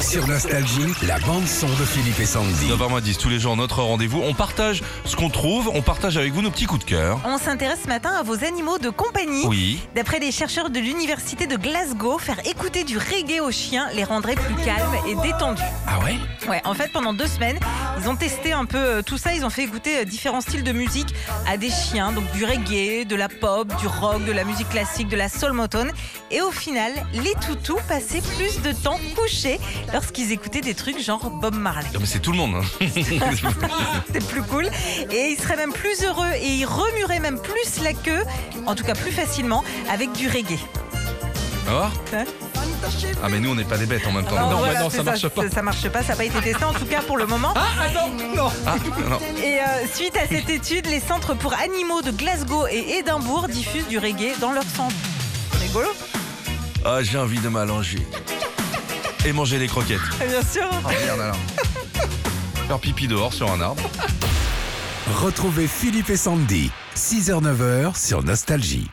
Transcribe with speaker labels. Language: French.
Speaker 1: Sur Nostalgie, la bande-son de Philippe et Sandy.
Speaker 2: 9h10, tous les jours, notre rendez-vous. On partage ce qu'on trouve, on partage avec vous nos petits coups de cœur.
Speaker 3: On s'intéresse ce matin à vos animaux de compagnie.
Speaker 2: Oui.
Speaker 3: D'après des chercheurs de l'université de Glasgow, faire écouter du reggae aux chiens les rendrait plus calmes et détendus.
Speaker 2: Ah ouais
Speaker 3: Ouais, en fait, pendant deux semaines, ils ont testé un peu euh, tout ça. Ils ont fait écouter euh, différents styles de musique à des chiens, donc du reggae, de la pop, du rock, de la musique classique, de la soul motone. Et au final, les toutous passaient plus de temps couchés lorsqu'ils écoutaient des trucs genre Bob Marley.
Speaker 2: Non, mais c'est tout le monde. hein.
Speaker 3: C'était plus cool. Et ils seraient même plus heureux et ils remueraient même plus la queue, en tout cas plus facilement, avec du reggae.
Speaker 2: Oh.
Speaker 3: Ouais.
Speaker 2: Ah, mais nous, on n'est pas des bêtes en même temps.
Speaker 3: Alors,
Speaker 2: Ah, Non.
Speaker 3: voilà,
Speaker 4: bah non,
Speaker 3: c'est
Speaker 4: ça marche pas.
Speaker 3: c'est- Ça marche pas, ça n'a pas été testé en tout cas pour le moment.
Speaker 4: Ah, attends, non
Speaker 2: Ah, non.
Speaker 3: Et euh, suite à cette étude, les centres pour animaux de Glasgow et Édimbourg diffusent du reggae dans leur centre. Rigolo
Speaker 2: Ah, j'ai envie de m'allonger. Et manger des croquettes.
Speaker 3: Ah, Bien sûr
Speaker 2: Oh, merde alors. Faire pipi dehors sur un arbre.
Speaker 1: Retrouvez Philippe et Sandy, 6h-9h sur Nostalgie.